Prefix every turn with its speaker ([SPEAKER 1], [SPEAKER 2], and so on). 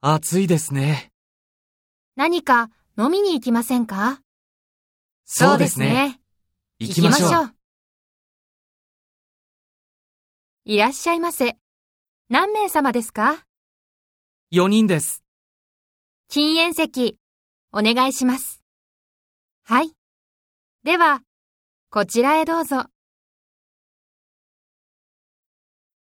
[SPEAKER 1] 暑いですね。
[SPEAKER 2] 何か飲みに行きませんか
[SPEAKER 1] そうですね。。行きましょう。
[SPEAKER 2] う。いらっしゃいませ。何名様ですか
[SPEAKER 1] 4人です。
[SPEAKER 2] 禁煙席、お願いします。はい。では、こちらへどうぞ。